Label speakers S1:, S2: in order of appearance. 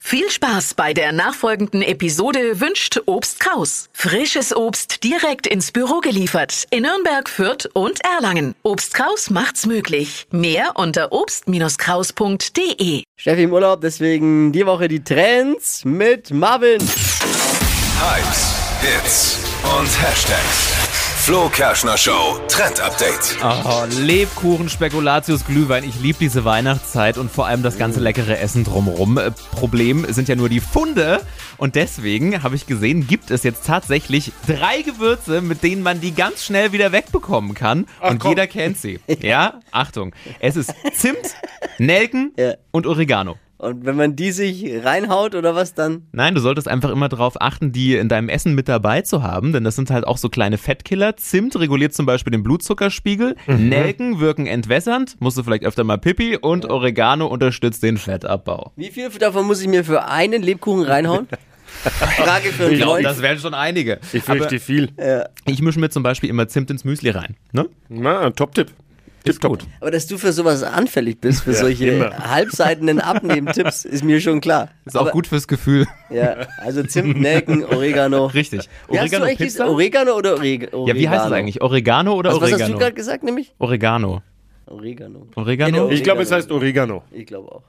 S1: Viel Spaß bei der nachfolgenden Episode wünscht Obst Kraus. Frisches Obst direkt ins Büro geliefert in Nürnberg, Fürth und Erlangen. Obst Kraus macht's möglich. Mehr unter obst-kraus.de.
S2: Steffi im Urlaub, deswegen die Woche die Trends mit Marvin.
S3: Hypes, Hits und Hashtags. Flo Kerschner Show Trend Update.
S4: Oh, Lebkuchen, Spekulatius, Glühwein. Ich liebe diese Weihnachtszeit und vor allem das ganze leckere Essen drumherum. Äh, Problem sind ja nur die Funde. Und deswegen habe ich gesehen, gibt es jetzt tatsächlich drei Gewürze, mit denen man die ganz schnell wieder wegbekommen kann. und jeder kennt sie. Ja, Achtung. Es ist Zimt, Nelken
S2: Ja.
S4: und Oregano.
S2: Und wenn man die sich reinhaut oder was, dann
S4: Nein, du solltest einfach immer darauf achten, die in deinem Essen mit dabei zu haben, denn das sind halt auch so kleine Fettkiller. Zimt reguliert zum Beispiel den Blutzuckerspiegel,
S2: Mhm.
S4: Nelken wirken entwässernd, musst du vielleicht öfter mal Pipi und Oregano unterstützt den Fettabbau.
S2: wie viel davon muss ich mir für einen Lebkuchen reinhauen? Frage für einen
S4: Ich glaube,
S2: Freund.
S4: das wären schon einige.
S5: Ich fürchte viel.
S4: Aber ich mische mir zum Beispiel immer Zimt ins Müsli rein. Ne?
S5: Na, Top-Tipp.
S4: Ist gut.
S2: Aber dass du für sowas anfällig bist, für solche
S5: immer.
S2: halbseitenden Abnehmtipps, ist mir schon klar.
S4: Ist auch
S2: Aber-
S4: gut fürs Gefühl.
S2: Ja, also Zimt, Nelken, Oregano.
S4: Richtig.
S2: Wie hast du eigentlich dieses Oregano oder Oreg Oregano?
S4: Ja, wie heißt das eigentlich? Oregano oder
S2: Was, was hast du
S4: Oregano?
S2: gerade gesagt, nämlich?
S4: Oregano.
S2: Oregano.
S4: Oregano?
S2: Genau.
S5: Ich glaube, es heißt Oregano.
S2: Ich glaube auch.